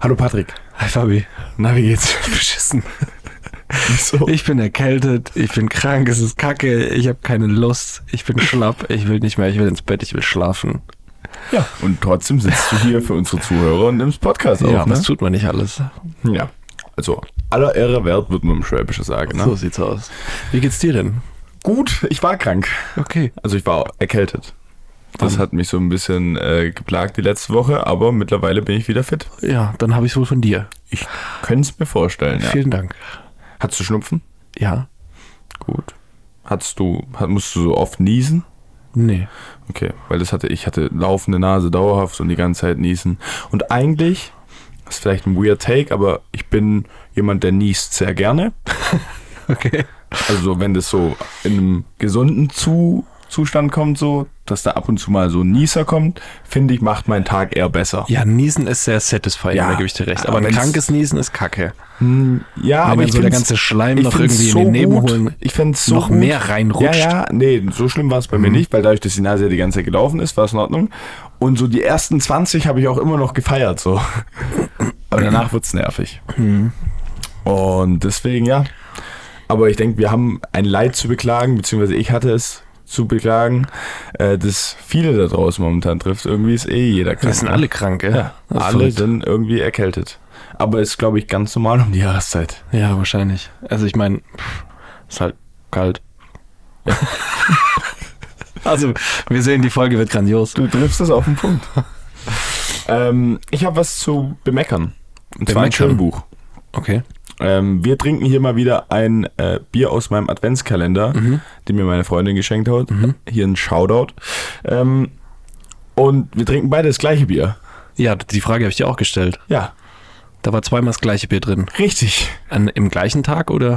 Hallo Patrick. Hi Fabi. Na, wie geht's? Beschissen. Wieso? Ich bin erkältet, ich bin krank, es ist kacke, ich habe keine Lust, ich bin schlapp, ich will nicht mehr, ich will ins Bett, ich will schlafen. Ja. Und trotzdem sitzt du hier für unsere Zuhörer und nimmst Podcast ja, auf. was Ne? tut man nicht alles? Ja. Also, aller Ehre wert, wird man im Schwäbischen sagen. Ne? So sieht's aus. Wie geht's dir denn? Gut, ich war krank. Okay. Also, ich war erkältet. Das hat mich so ein bisschen äh, geplagt die letzte Woche, aber mittlerweile bin ich wieder fit. Ja, dann habe ich wohl von dir. Ich könnte es mir vorstellen. Ja. Vielen Dank. Hattest du Schnupfen? Ja. Gut. Hattest du, hat- musst du so oft niesen? Nee. Okay, weil das hatte ich hatte laufende Nase dauerhaft und die ganze Zeit niesen. Und eigentlich ist vielleicht ein weird Take, aber ich bin jemand, der niest sehr gerne. Okay. Also wenn das so in einem gesunden Zu Zustand kommt, so dass da ab und zu mal so ein Nieser kommt, finde ich macht meinen Tag eher besser. Ja, Niesen ist sehr satisfying, Ja. da gebe ich dir recht. Aber Aber ein wenn's- krankes Niesen ist kacke. Ja, Wenn dann so der find's- ganze Schleim ich noch find's irgendwie so in die gut. Nebenhohlen Ich find's so noch gut. mehr reinrutscht. Mhm. Ja, ja, nee, so schlimm war es bei mir nicht, weil dadurch, dass die Nase ja die ganze Zeit gelaufen ist, war es in Ordnung. Und so die ersten 20 habe ich auch immer noch gefeiert, so. Aber danach wird's nervig. Mhm. Und deswegen, ja. Aber ich denke, wir haben ein Leid zu beklagen, beziehungsweise ich hatte es zu beklagen, äh, das viele da draußen momentan trifft. Irgendwie ist eh jeder krank. Das sind ne? alle krank, gell? Ja, Das ist alle verrückt. sind irgendwie erkältet. Aber ist, glaube ich, ganz normal um die Jahreszeit. Ja, wahrscheinlich. Also ich meine, ist halt kalt. also, wir sehen, die Folge wird grandios. Du triffst es auf den Punkt. ähm, ich habe was zu bemeckern. Und zwar ein Bemeckern? Schönbuch. Okay. Ähm, wir trinken hier mal wieder ein äh, Bier aus meinem Adventskalender, den mir meine Freundin geschenkt hat. Hier ein Shoutout. Ähm, und wir trinken beide das gleiche Bier. Ja, die Frage habe ich dir auch gestellt. Ja, Da war zweimal das gleiche Bier drin. richtig. An, Im gleichen Tag oder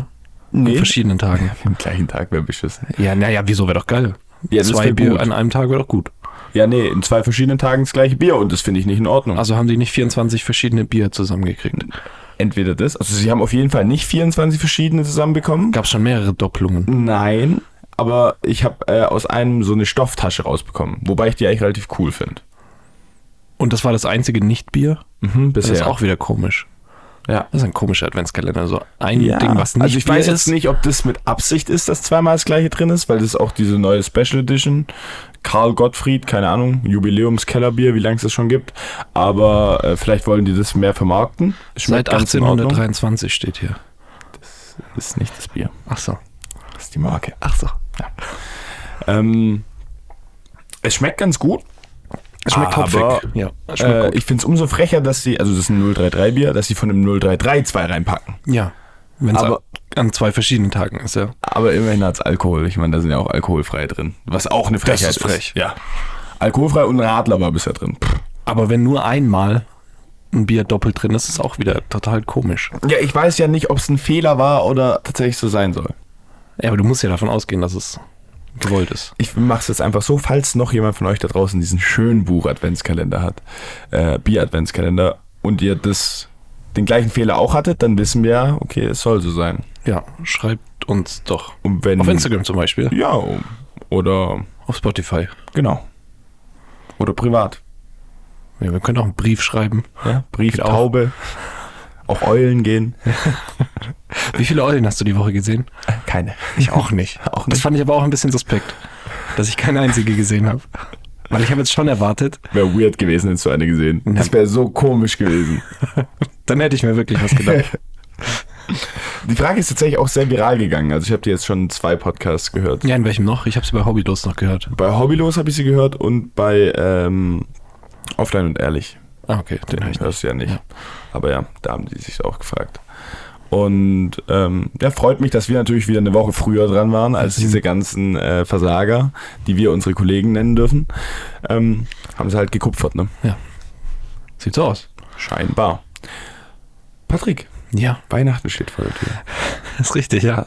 an Nee, verschiedenen Tagen? am gleichen Tag wäre beschissen. Ja, naja, wieso wäre doch geil. Ja, das Zwei wär Bier gut. an einem Tag wäre doch gut. Ja, nee, in zwei verschiedenen Tagen das gleiche Bier und das finde ich nicht in Ordnung. Also haben die nicht 24 verschiedene Bier zusammengekriegt. Entweder das, also sie haben auf jeden Fall nicht 24 verschiedene zusammenbekommen. Gab schon mehrere Doppelungen. Nein, aber ich habe äh, aus einem so eine Stofftasche rausbekommen, wobei ich die eigentlich relativ cool finde. Und das war das einzige Nicht-Bier? Mhm, Das ist auch wieder komisch. Ja. Das ist ein komischer Adventskalender. So ein Ja, Ding, was nicht also ich Bier weiß ist. jetzt nicht, ob das mit Absicht ist, dass zweimal das gleiche drin ist, weil das auch diese neue Special Edition, Karl Gottfried, keine Ahnung, Jubiläumskellerbier, wie lange es das schon gibt, aber äh, vielleicht wollen die das mehr vermarkten. Es schmeckt Seit ganz in Ordnung. 1823 steht hier. Ah, Das ist nicht das Bier, Ach so. das ist die Marke. Ach so. Ähm, es schmeckt ganz gut, Es schmeckt Aber- hopfig. Ja, es schmeckt Äh, gut. ich finde es umso frecher, dass sie, also das ist ein 033-Bier, dass sie von dem 0332 reinpacken. ja. Wenn es aber- an zwei verschiedenen Tagen ist, ja. Aber immerhin hat es Alkohol. Ich meine, da sind ja auch alkoholfrei drin. Was auch eine Frechheit ist frech. Ja. Alkoholfrei und Radler war bisher drin. Pff. Aber wenn nur einmal ein Bier doppelt drin ist, ist es auch wieder total komisch. Ja, ich weiß ja nicht, ob es ein Fehler war oder tatsächlich so sein soll. Ja, aber du musst ja davon ausgehen, dass es gewollt ist. Ich mache es jetzt einfach so, falls noch jemand von euch da draußen diesen schönen Buch-Adventskalender hat, äh, Bier-Adventskalender, und ihr das, den gleichen Fehler auch hattet, dann wissen wir ja, okay, es soll so sein. Ja, schreibt uns doch. Und wenn, Auf Instagram zum Beispiel. Ja, oder Auf Spotify. Genau. Oder privat. Ja, wir können auch einen Brief schreiben. Ja? Brief, Geht auch. Taube. Auch Eulen gehen. Wie viele Eulen hast du die Woche gesehen? Keine. Ich auch nicht. Auch Das nicht. fand ich aber auch ein bisschen suspekt, dass ich keine einzige gesehen habe. Weil ich habe jetzt schon erwartet, Wäre weird gewesen, hättest du eine gesehen. Das wäre so komisch gewesen. dann hätte ich mir wirklich was gedacht. Die Frage ist tatsächlich auch sehr viral gegangen. Also ich habe die jetzt schon zwei Podcasts gehört. Ja, in welchem noch? Ich habe sie bei Hobbylos noch gehört. Bei Hobbylos habe ich sie gehört und bei ähm, Offline und Ehrlich. Ah, okay, den höre ich Den nicht. hörst du ja nicht. Ja. Aber ja, da haben die sich auch gefragt. Und ähm, ja, freut mich, dass wir natürlich wieder eine Woche früher dran waren als diese ganzen äh, Versager, die wir unsere Kollegen nennen dürfen. Ähm, haben sie halt gekupfert, ne? Sieht so aus. Scheinbar. Patrick, Ja, Weihnachten steht vor der Tür. ist richtig, ja.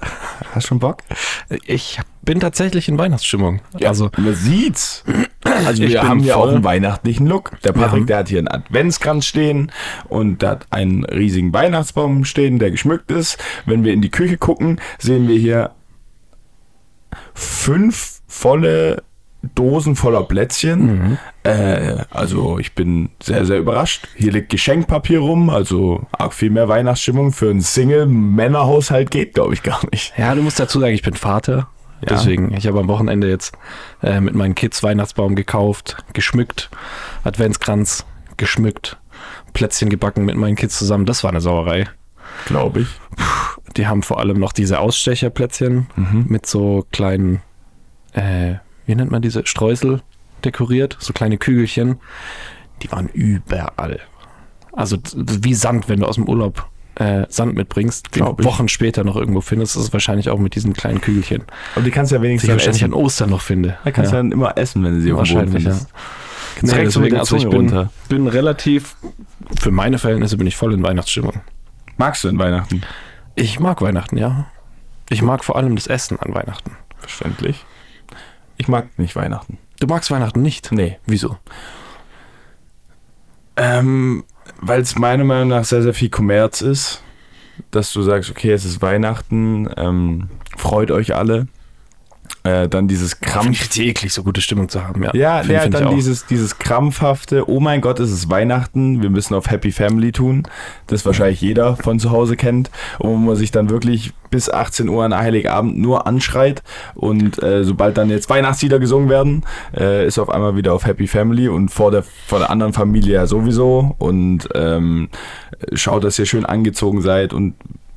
Hast schon Bock? Ich bin tatsächlich in Weihnachtsstimmung. Also, man sieht's. Also Ich wir bin haben hier voll- auch einen weihnachtlichen Look. Der Wir Patrick, haben- der hat hier einen Adventskranz stehen und der hat einen riesigen Weihnachtsbaum stehen, der geschmückt ist. Wenn wir in die Küche gucken, sehen wir hier fünf volle Dosen voller Plätzchen. Mhm. Äh, also ich bin sehr, sehr überrascht. Hier liegt Geschenkpapier rum, also arg viel mehr Weihnachtsstimmung für einen Single-Männerhaushalt geht, glaube ich, gar nicht. ja, du musst dazu sagen, ich bin Vater. Ja. Deswegen, ich habe am Wochenende jetzt äh, mit meinen Kids Weihnachtsbaum gekauft, geschmückt, Adventskranz geschmückt, Plätzchen gebacken mit meinen Kids zusammen. Das war eine Sauerei. Glaube ich. Die haben vor allem noch diese Ausstecherplätzchen Mhm. mit so kleinen, äh, wie nennt man diese, Streusel dekoriert, so kleine Kügelchen. Die waren überall. Also d- wie Sand, wenn du aus dem Urlaub äh, Sand mitbringst, den Glaub du ich. Wochen später noch irgendwo findest, ist es wahrscheinlich auch mit diesen kleinen Kügelchen. Aber die kannst du ja Die ich wenigstens dann wahrscheinlich essen. an Ostern noch finde. Da kannst du dann immer essen, wenn du sie auf dem Boden wahrscheinlich, ja. findest. Kannst direkt so mit der also ich Zunge bin, runter. bin relativ, für meine Verhältnisse bin ich voll in Weihnachtsstimmung. Magst du in Weihnachten? Ich mag Weihnachten, ja. Ich mag vor allem das Essen an Weihnachten. Verständlich. Ich mag nicht Weihnachten. Du magst Weihnachten nicht? Nee. Wieso? Ähm, Weil es meiner Meinung nach sehr, sehr viel Kommerz ist. Dass du sagst, okay, es ist Weihnachten, ähm, freut euch alle. Äh, dann dieses Finde Krampf. ich richtig eklig, so gute Stimmung zu haben, ja. Ja, Finde- ja finde ich dann auch. dieses, dieses krampfhafte, oh mein Gott, es ist Weihnachten, wir müssen auf Happy Family tun, das wahrscheinlich jeder von zu Hause kennt, und wo man sich dann wirklich bis 18 Uhr an Heiligabend nur anschreit und äh, sobald dann jetzt Weihnachtslieder gesungen werden, äh, ist auf einmal wieder auf Happy Family und vor der, vor der anderen Familie ja sowieso und ähm, schaut, dass ihr schön angezogen seid und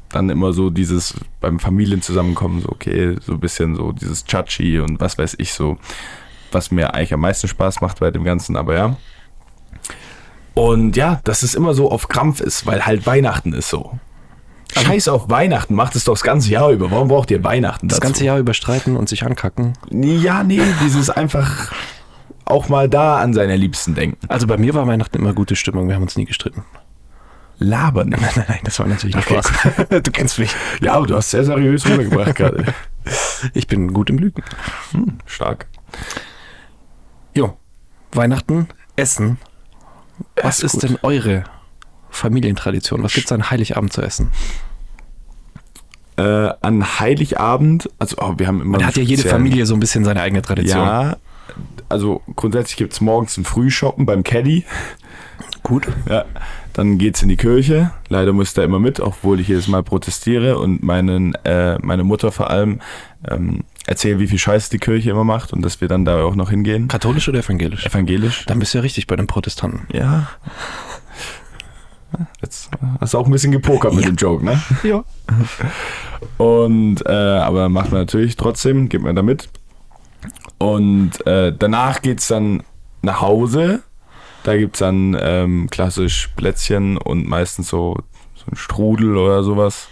dann immer so dieses beim Familienzusammenkommen, so okay, so ein bisschen so dieses Chachi und was weiß ich so was mir eigentlich am meisten Spaß macht bei dem Ganzen, aber ja. Und ja, dass es immer so auf Krampf ist, weil halt Weihnachten ist so. Scheiß auf Weihnachten, macht es doch das ganze Jahr über. Warum braucht ihr Weihnachten das ganze Jahr überstreiten und sich ankacken. Ja, nee, dieses einfach auch mal da an seine Liebsten denken. Also bei mir war Weihnachten immer gute Stimmung, wir haben uns nie gestritten. Labern. Nein, nein, nein, das war natürlich nicht Spaß. du kennst mich. Ja, aber du hast sehr seriös rübergebracht gerade. Ich bin gut im Lügen. Stark. Jo. Weihnachten, Essen. Was ist ist, denn eure Familientradition? Was gibt's an Heiligabend zu essen? Äh, an Heiligabend, also oh, wir haben immer. Da so hat ja jede speziellen- Familie so ein bisschen seine eigene Tradition. Ja, also grundsätzlich gibt es morgens ein Frühshoppen beim Caddy. gut. Ja, dann geht's in die Kirche. Leider muss da immer mit, obwohl ich jedes Mal protestiere und meinen, äh, meine Mutter vor allem ähm, erzähle, wie viel Scheiß die Kirche immer macht und dass wir dann da auch noch hingehen. Katholisch oder evangelisch? Evangelisch. Dann bist du ja richtig bei den Protestanten. Ja. Jetzt äh, hast du auch ein bisschen gepokert mit dem Joke, ne? Ja. Und äh, aber macht man natürlich trotzdem, geht man da mit. Und äh, danach geht's dann nach Hause. Da gibt's dann ähm, klassisch Plätzchen und meistens so, so ein Strudel oder sowas.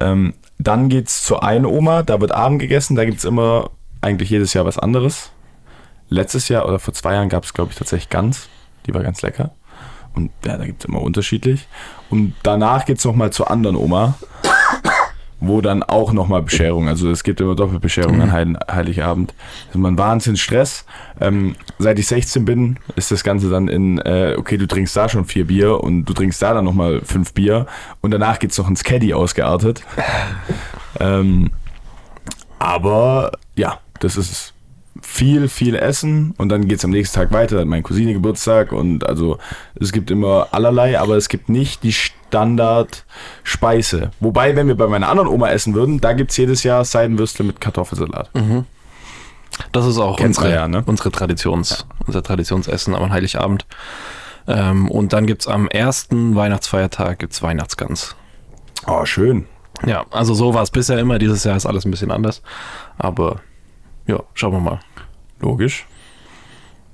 Ähm, dann geht's zur einen Oma, da wird Abend gegessen, da gibt's immer eigentlich jedes Jahr was anderes. Letztes Jahr oder vor zwei Jahren gab's glaube ich, tatsächlich Gans. Die war ganz lecker. Und ja, da gibt's immer unterschiedlich. Und danach geht's noch nochmal zur anderen Oma wo dann auch nochmal Bescherung, also es gibt immer Doppelbescherung an Heil Heiligabend. Also man wahnsinnig Stress. Ähm, seit ich 16 bin, ist das Ganze dann in, äh, okay, du trinkst da schon vier Bier und du trinkst da dann nochmal fünf Bier und danach geht's noch ins Caddy ausgeartet. ähm, aber ja, das ist es. viel, viel Essen und dann geht's am nächsten Tag weiter. Dann hat meine Cousine Geburtstag und also es gibt immer allerlei, aber es gibt nicht die Standard-Speise. Wobei, wenn wir bei meiner anderen Oma essen würden, da gibt's jedes Jahr Seidenwürstel mit Kartoffelsalat. Das ist auch Kennst du unsere, ja, ne? unsere Traditions, unser Traditionsessen am Heiligabend. Ähm, und dann gibt's am ersten Weihnachtsfeiertag gibt's Weihnachtsgans. Oh, schön. Ja, also so war es bisher immer. Dieses Jahr ist alles ein bisschen anders. Aber ja, schauen wir mal. Logisch.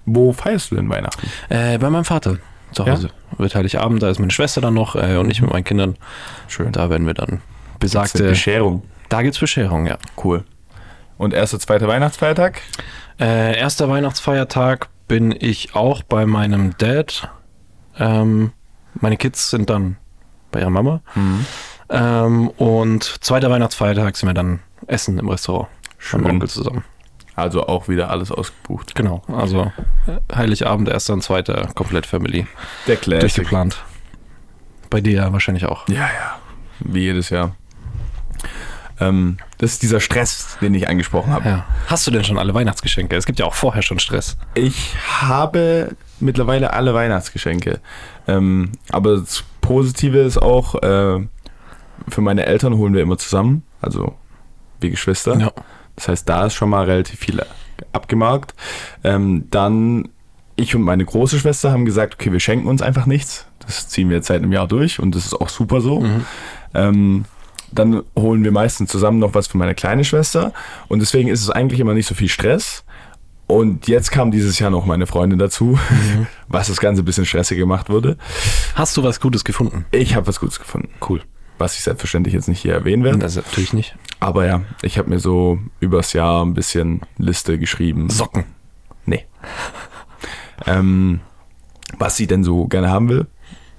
Wo feierst du denn Weihnachten? Äh, bei meinem Vater zu Ja? Hause wird Heiligabend. Da ist meine Schwester dann noch äh, und ich mit meinen Kindern. Schön. Da werden wir dann Gibt's eine besagte. Bescherung. Da gibt's Bescherung, ja. Cool. Und erster, zweiter Weihnachtsfeiertag? Äh, erster Weihnachtsfeiertag bin ich auch bei meinem Dad. Ähm, meine Kids sind dann bei ihrer Mama. Ähm, und zweiter Weihnachtsfeiertag sind wir dann essen im Restaurant. Schön. Mit meinem Onkel zusammen. Also auch wieder alles ausgebucht. Genau. Also äh, Heiligabend, erster und zweiter, komplett Family. Der Classic. Durchgeplant. Bei dir wahrscheinlich auch. Ja, ja. Wie jedes Jahr. Ähm, das ist dieser Stress, den ich angesprochen habe. Ja. Hast du denn schon alle Weihnachtsgeschenke? Es gibt ja auch vorher schon Stress. Ich habe mittlerweile alle Weihnachtsgeschenke. Ähm, aber das Positive ist auch, äh, für meine Eltern holen wir immer zusammen, also wir Geschwister. Ja. Das heißt, da ist schon mal relativ viel abgemarkt. Ähm, dann, ich und meine große Schwester haben gesagt, okay, wir schenken uns einfach nichts. Das ziehen wir jetzt seit einem Jahr durch und das ist auch super so. Ähm, dann holen wir meistens zusammen noch was für meine kleine Schwester. Und deswegen ist es eigentlich immer nicht so viel Stress. Und jetzt kam dieses Jahr noch meine Freundin dazu, was das Ganze ein bisschen stressig gemacht wurde. Hast du was Gutes gefunden? Ich habe was Gutes gefunden. Cool. Was ich selbstverständlich jetzt nicht hier erwähnen werde. Das natürlich nicht. Aber ja, ich habe mir so übers Jahr ein bisschen Liste geschrieben. Socken. Nee. ähm, was sie denn so gerne haben will.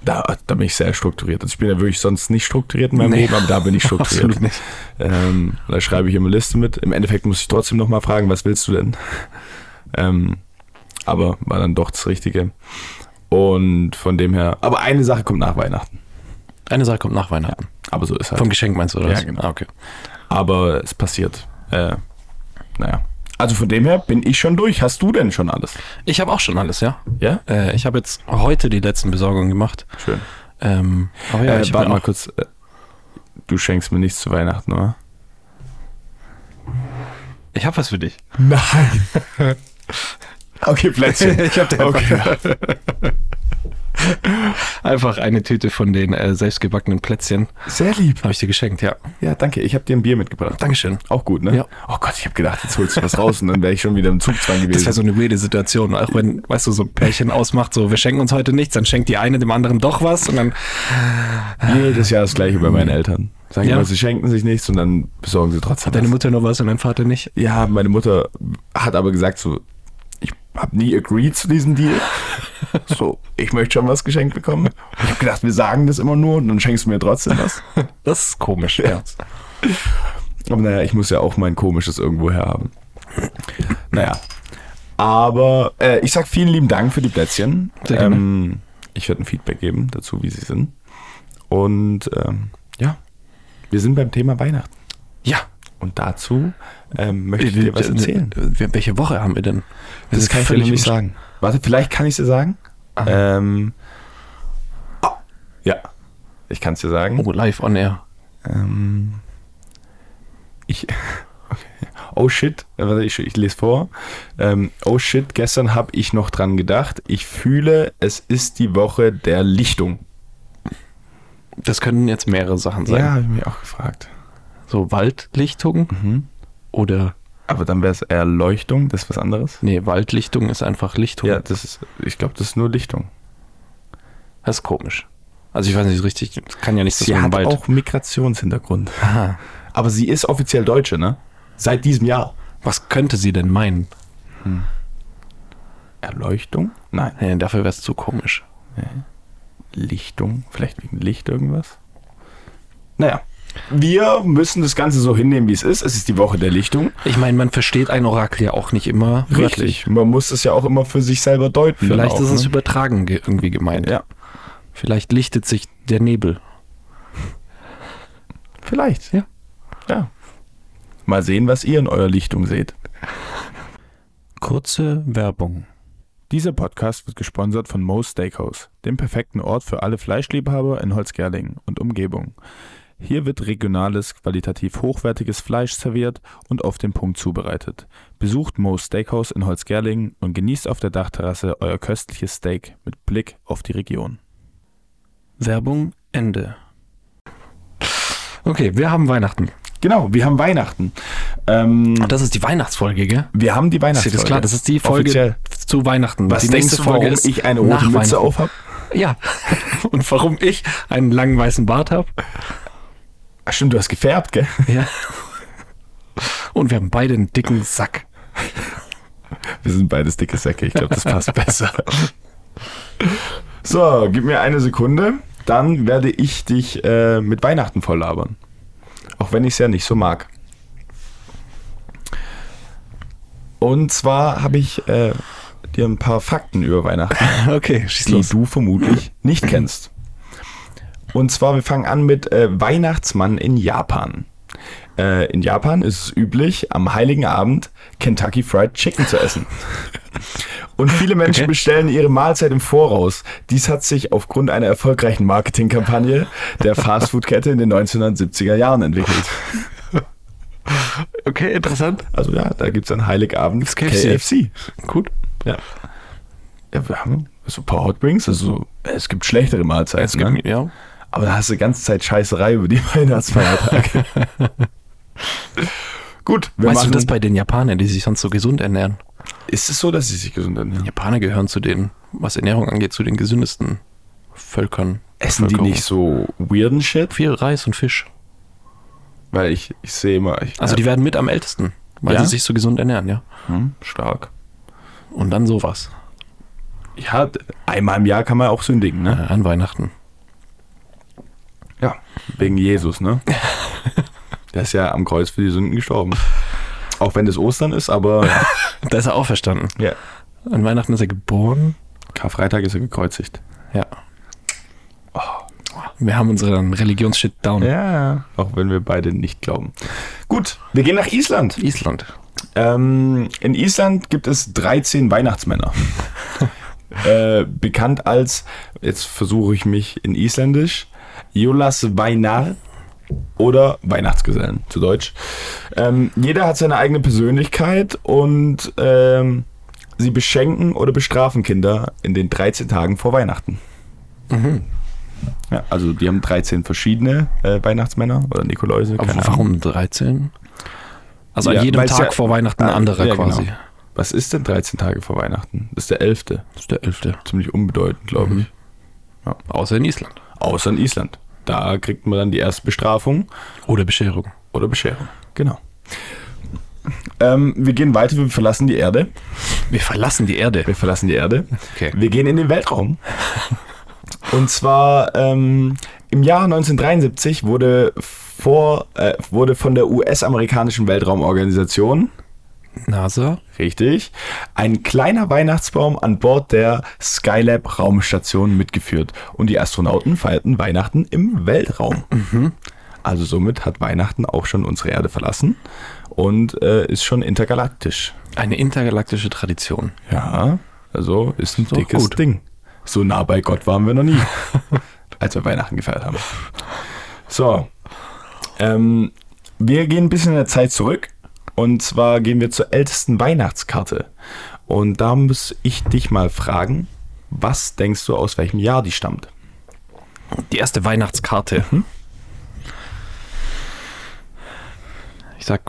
Da, da bin ich sehr strukturiert. Also ich bin ja wirklich sonst nicht strukturiert in meinem Nee. Leben, aber da bin ich strukturiert. Absolut nicht. ähm, da schreibe ich immer Liste mit. Im Endeffekt muss ich trotzdem nochmal fragen, was willst du denn? ähm, aber war dann doch das Richtige. Und von dem her. Aber eine Sache kommt nach Weihnachten. Eine Sache kommt nach Weihnachten. Aber so ist halt. Vom Geschenk meinst du, oder Ja, was? genau. Ah, Äh, okay. Aber es passiert. Äh, naja. Also von dem her bin ich schon durch. Hast du denn schon alles? Ich habe auch schon alles, ja. Ja? Äh, ich habe jetzt heute die letzten Besorgungen gemacht. Schön. Ähm, aber ja, Ja, ich äh, hab warte mir mal auch- kurz. äh, Du schenkst mir nichts zu Weihnachten, oder? ich habe was für dich. Nein. okay, Plätzchen. ich hab dir okay. Einfach eine Tüte von den äh, selbstgebackenen Plätzchen Sehr lieb. habe ich dir geschenkt, ja. Ja, danke. Ich habe dir ein Bier mitgebracht. Dankeschön. Auch gut, ne? Ja. Oh Gott, ich habe gedacht, jetzt holst du was raus und dann wäre ich schon wieder im Zugzwang gewesen. Das wäre so eine weirde Situation, auch wenn, weißt du, so ein Pärchen ausmacht, so, wir schenken uns heute nichts, dann schenkt die eine dem anderen doch was und dann, Jedes Jahr das gleiche bei meinen Eltern. Sagen Ja. immer, sie schenken sich nichts und dann besorgen sie trotzdem deine was. Mutter noch was und dein Vater nicht. Ja, meine Mutter hat aber gesagt, so, ich habe nie agreed zu diesem Deal. So, ich möchte schon was geschenkt bekommen. Ich habe gedacht, wir sagen das immer nur und dann schenkst du mir trotzdem was. Das ist komisch, ja. Aber naja, ich muss ja auch mein komisches irgendwo her haben. Naja. Aber äh, ich sag vielen lieben Dank für die Plätzchen. Sehr gerne. Ähm, ich werde ein Feedback geben dazu, wie sie sind. Und ähm, ja, wir sind beim Thema Weihnachten. Ja. Und dazu ähm, möchte ich dir was erzählen. Äh, Welche Woche haben wir denn? Wir Das sind kann ich dir völlig noch nicht im- sagen. Also Warte, vielleicht kann ich es dir sagen. Ähm, ah, ja, ich kann es dir sagen. Oh, live on air. Ähm, ich, okay. Oh shit, Äh, warte, ich, ich lese vor. Ähm, oh shit, gestern habe ich noch dran gedacht. Ich fühle, es ist die Woche der Lichtung. Das können jetzt mehrere Sachen sein. habe ich mich auch gefragt. So Waldlichtung Mhm. oder, Aber dann wäre es eher Leuchtung, das ist was anderes. nee, Waldlichtung ist einfach Lichtung. Ja, das ist, ich glaube, das ist nur Lichtung. Das ist komisch. Also ich weiß nicht richtig, das kann ja nicht Sie so hat auch Migrationshintergrund. Aha. Aber sie ist offiziell Deutsche, ne? Seit diesem Jahr. Was könnte sie denn meinen? Hm. Erleuchtung? Nein. Nee, dafür wäre es zu komisch. Lichtung? Vielleicht wegen Licht irgendwas? Naja. Wir müssen das Ganze so hinnehmen, wie es ist. Es ist die Woche der Lichtung. Ich meine, man versteht ein Orakel ja auch nicht immer wörtlich. Man muss es ja auch immer für sich selber deuten. Vielleicht dann auch, ist es ne? übertragen ge irgendwie gemeint. Ja, Vielleicht lichtet sich der Nebel. vielleicht. Ja. ne? Ja. Mal sehen, was ihr in eurer Lichtung seht. Kurze Werbung. Dieser Podcast wird gesponsert von Moe's Steakhouse, dem perfekten Ort für alle Fleischliebhaber in Holzgerlingen und Umgebung. Hier wird regionales, qualitativ hochwertiges Fleisch serviert und auf den Punkt zubereitet. Besucht Moe's Steakhouse in Holzgerlingen und genießt auf der Dachterrasse euer köstliches Steak mit Blick auf die Region. Werbung Ende. Okay, wir haben Weihnachten. Genau, wir haben Weihnachten. Ähm, Und das ist die Weihnachtsfolge, gell? wir haben die Ist dir das klar? Das ist die Folge Offiziell. zu Weihnachten. Was die denkst du, warum ich eine rote nach Mütze Weihnachten. aufhab? Ja. Und warum ich einen langen weißen Bart habe. Ach stimmt, du hast gefärbt, gell? Ja. Und wir haben beide einen dicken Sack. Wir sind beides dicke Säcke. Ich glaube, das passt besser. So, gib mir eine Sekunde. dann werde ich dich äh, mit Weihnachten voll labern. Auch wenn ich es ja nicht so mag. Und zwar habe ich äh, dir ein paar Fakten über Weihnachten Okay, schieß die du vermutlich nicht kennst. Und zwar, wir fangen an mit äh, Weihnachtsmann in Japan. Äh, in Japan ist es üblich, am Heiligen Abend Kentucky Fried Chicken zu essen. Und viele Menschen bestellen ihre Mahlzeit im Voraus. Dies hat sich aufgrund einer erfolgreichen Marketingkampagne der Fastfood-Kette in den 1970er Jahren entwickelt. Okay, interessant. Also ja, da gibt es an Heiligabend KFC. KFC. Gut. Ja. ja, wir haben so ein paar Hotwings. Also es gibt schlechtere Mahlzeiten. Es gibt, ne? ja. Aber da hast du die ganze Zeit Scheißerei über die Weihnachtsfeiertage. Gut, wir Weißt du machen, das bei den Japanern, die sich sonst so gesund ernähren? ist es so, dass sie sich gesund ernähren? Japaner gehören zu den, was Ernährung angeht, zu den gesündesten Völkern. Essen die Bevölkerung. nicht so weirden Shit? Viel Reis und Fisch. Weil ich, ich sehe immer, ich, Also die werden mit am ältesten, weil Ja? sie sich so gesund ernähren, ja. hm, stark. Und dann sowas. Ja, d- einmal im Jahr kann man auch sündigen, Äh, ne? an Weihnachten. Ja, wegen Jesus, ne? Der ist ja am Kreuz für die Sünden gestorben. Auch wenn es Ostern ist, aber Da ist er auferstanden. ja, An Weihnachten ist er geboren. Karfreitag ist er gekreuzigt. Ja. Oh. Wir haben unseren Religionsshit down. Ja, auch wenn wir beide nicht glauben. Gut, wir gehen nach Island. Island. Ähm, in Island gibt es 13 Weihnachtsmänner. äh, bekannt als, jetzt versuche ich mich in Isländisch, Jolas Weinar oder Weihnachtsgesellen zu Deutsch. Ähm, jeder hat seine eigene Persönlichkeit und ähm, sie beschenken oder bestrafen Kinder in den 13 Tagen vor Weihnachten. Ja, also die haben 13 verschiedene äh, Weihnachtsmänner oder Nikoläuse. Aber keine Ahnung. warum 13? Also Ja, an jedem weil's Tag ja- vor Weihnachten ein Ah, anderer ja, quasi. genau. Was ist denn 13 Tage vor Weihnachten? Das ist der 11. Das ist der 11. ziemlich unbedeutend, glaube Mhm. ich. Außer in Island. Außer in Island. Da kriegt man dann die erste Bestrafung Oder Bescherung. oder Bescherung. Genau. Ähm, wir gehen weiter, wir verlassen die Erde. Wir verlassen die Erde. Wir verlassen die Erde. Okay. Wir gehen in den Weltraum. Und zwar ähm, im Jahr 1973 wurde, vor, äh, wurde von der US-amerikanischen Weltraumorganisation, NASA. richtig, ein kleiner Weihnachtsbaum an Bord der Skylab-Raumstation mitgeführt. Und die Astronauten feierten Weihnachten im Weltraum. Also somit hat Weihnachten auch schon unsere Erde verlassen und äh, ist schon intergalaktisch. Eine intergalaktische Tradition. Ja, also ist ein doch dickes gut. Ding. So nah bei Gott waren wir noch nie, als wir Weihnachten gefeiert haben. So, ähm, wir gehen ein bisschen in der Zeit zurück. Und zwar gehen wir zur ältesten Weihnachtskarte. Und da muss ich dich mal fragen, was denkst du, aus welchem Jahr die stammt? Die erste Weihnachtskarte. Ich sag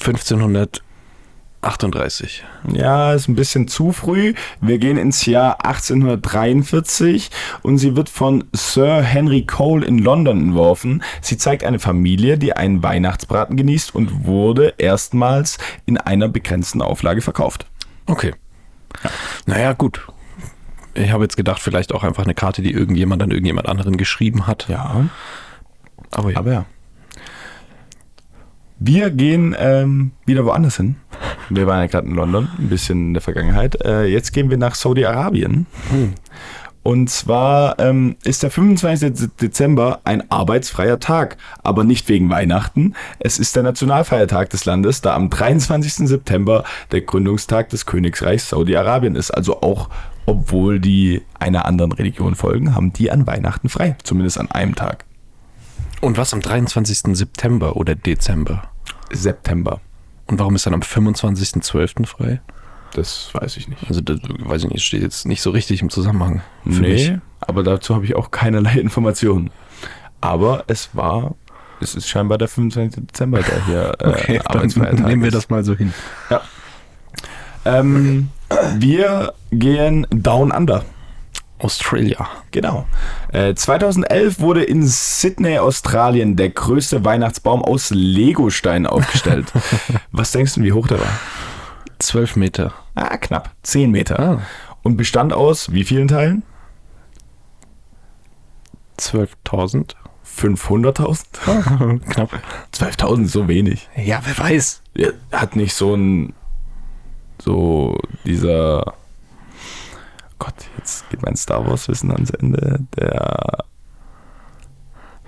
1538. Ja, ist ein bisschen zu früh. Wir gehen ins Jahr 1843 und sie wird von Sir Henry Cole in London entworfen. Sie zeigt eine Familie, die einen Weihnachtsbraten genießt und wurde erstmals in einer begrenzten Auflage verkauft. Okay. Naja, gut. Ich habe jetzt gedacht, vielleicht auch einfach eine Karte, die irgendjemand an irgendjemand anderen geschrieben hat. Ja, Aber ja. aber ja. Wir gehen ähm, wieder woanders hin. Wir waren ja gerade in London, ein bisschen in der Vergangenheit. Äh, jetzt gehen wir nach Saudi-Arabien. Und zwar ähm, ist der 25. Dezember ein arbeitsfreier Tag, aber nicht wegen Weihnachten. Es ist der Nationalfeiertag des Landes, da am 23. September der Gründungstag des Königreichs Saudi-Arabien ist. Also auch, obwohl die einer anderen Religion folgen, haben die an Weihnachten frei, zumindest an einem Tag. Und was am 23. September oder Dezember? September. Und warum ist dann am 25.12. frei? Das weiß ich nicht. Also, das weiß ich nicht, steht jetzt nicht so richtig im Zusammenhang. Für nee, mich. aber dazu habe ich auch keinerlei Informationen. Aber es war, es ist scheinbar der 25. Dezember, der hier äh, Okay, dann Arbeitsfeiertag nehmen wir ist. das mal so hin. Ähm, wir gehen down under. Australia. Genau. Äh, 2011 wurde in Sydney, Australien, der größte Weihnachtsbaum aus Legosteinen aufgestellt. Was denkst du, wie hoch der war? 12 Meter. Ah, knapp. 10 Meter. Ah. Und bestand aus wie vielen Teilen? 12.000. 500.000? Knapp. 12.000 ist so wenig. Ja, wer weiß. Ja, Hat nicht so ein. So dieser. Gott, jetzt geht mein Star Wars-Wissen ans Ende. Der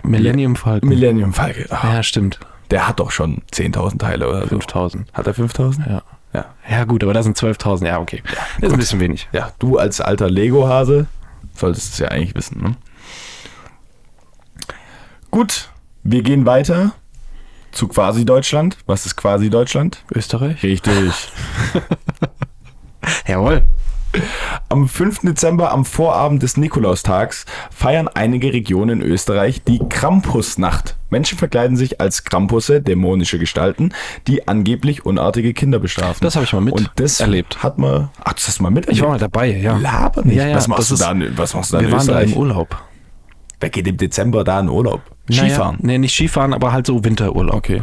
Millennium Falcon. Millennium Falcon. Ah, ja, stimmt. Der hat doch schon 10.000 Teile oder so. 5.000. Hat er 5.000? Ja. Ja. Ja, gut, aber da sind 12.000. Ja, okay. ist ein bisschen wenig. Ja, du als alter Lego-Hase solltest es ja eigentlich wissen, ne? Gut, wir gehen weiter zu quasi Deutschland. Was ist quasi Deutschland? Österreich? Richtig. Jawohl. Am 5. Dezember, am Vorabend des Nikolaustags, feiern einige Regionen in Österreich die Krampusnacht. Menschen verkleiden sich als Krampusse, dämonische Gestalten, die angeblich unartige Kinder bestrafen. Das habe ich mal mit Und das erlebt. hat man. Ach, das hast du mal mit? Ich war mal dabei, ja. Laber nicht. Ja, ja, was, machst das du ist- da, in- was machst du da Wir in waren da Österreich? im Urlaub. Wer geht im Dezember da in Urlaub? Skifahren. Naja, nee, nicht Skifahren, aber halt so Winterurlaub. Äh,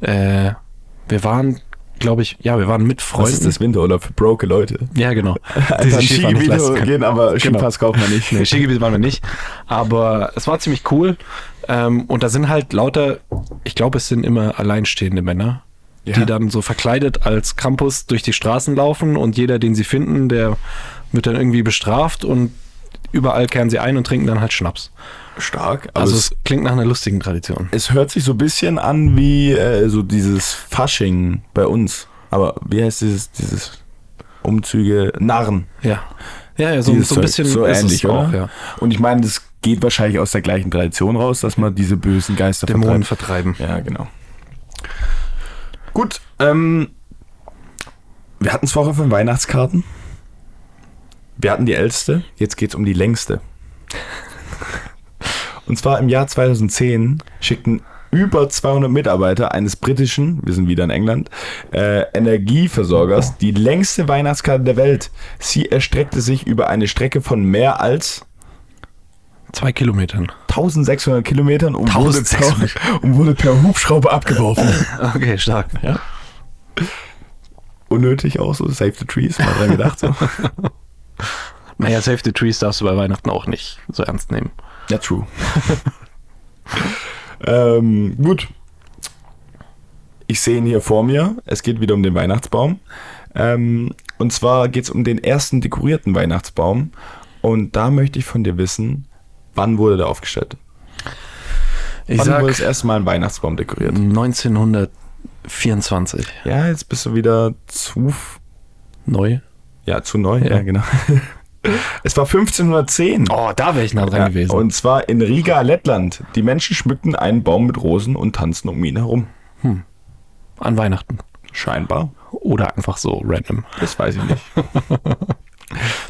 wir waren, glaube ich, ja, wir waren mit Was Freunden. ist das Winterurlaub für broke Leute? Ja, genau. Also sich Skifahren nicht leisten können. gehen, aber Skipass kauft man nicht. Nee, Skigebiet waren wir nicht. ne? Aber es war ziemlich cool. Ähm, und da sind halt lauter, ich glaube, es sind immer alleinstehende Männer, die dann so verkleidet als Krampus durch die Straßen laufen und jeder, den sie finden, der wird dann irgendwie bestraft und überall kehren sie ein und trinken dann halt Schnaps. Stark. aber Also es klingt nach einer lustigen Tradition. Es hört sich so ein bisschen an wie äh, so dieses Fasching bei uns. Aber wie heißt dieses, dieses Umzüge? Narren. Ja. Ja, ja, so, Dieses so ein Zeug. bisschen so ist es ähnlich, auch, oder? ja. Und ich meine, das geht wahrscheinlich aus der gleichen Tradition raus, dass man diese bösen Geister Dämonen vertreiben. vertreibt. Ja, genau. Gut, ähm, wir hatten es vorher von Weihnachtskarten. Wir hatten die älteste, jetzt geht es um die längste. Und zwar im Jahr 2010 schickten über 200 Mitarbeiter eines britischen, wir sind wieder in England, äh, Energieversorgers die längste Weihnachtskarte der Welt. Sie erstreckte sich über eine Strecke von mehr als Zwei Kilometern. 1600 Kilometern und, wurde 1600. per, und wurde per Hubschrauber abgeworfen. Okay, stark. Ja. unnötig auch so. Save the Trees, mal dran gedacht. So. Naja, Save the Trees darfst du bei Weihnachten auch nicht so ernst nehmen. ja, true. ähm, gut. Ich sehe ihn hier vor mir. Es geht wieder um den Weihnachtsbaum. Ähm, und zwar geht es um den ersten dekorierten Weihnachtsbaum. Und da möchte ich von dir wissen, wann wurde der aufgestellt? Ich wann sag wurde das erste Mal ein Weihnachtsbaum dekoriert? 1924. Ja, jetzt bist du wieder zu Neu. Ja, zu neu, ja, genau. es war 1510. Oh, da wäre ich nah dran ja, gewesen. Und zwar in Riga, Lettland. Die Menschen schmückten einen Baum mit Rosen und tanzten um ihn herum. An Weihnachten. Scheinbar. Oder einfach so random. Das weiß ich nicht.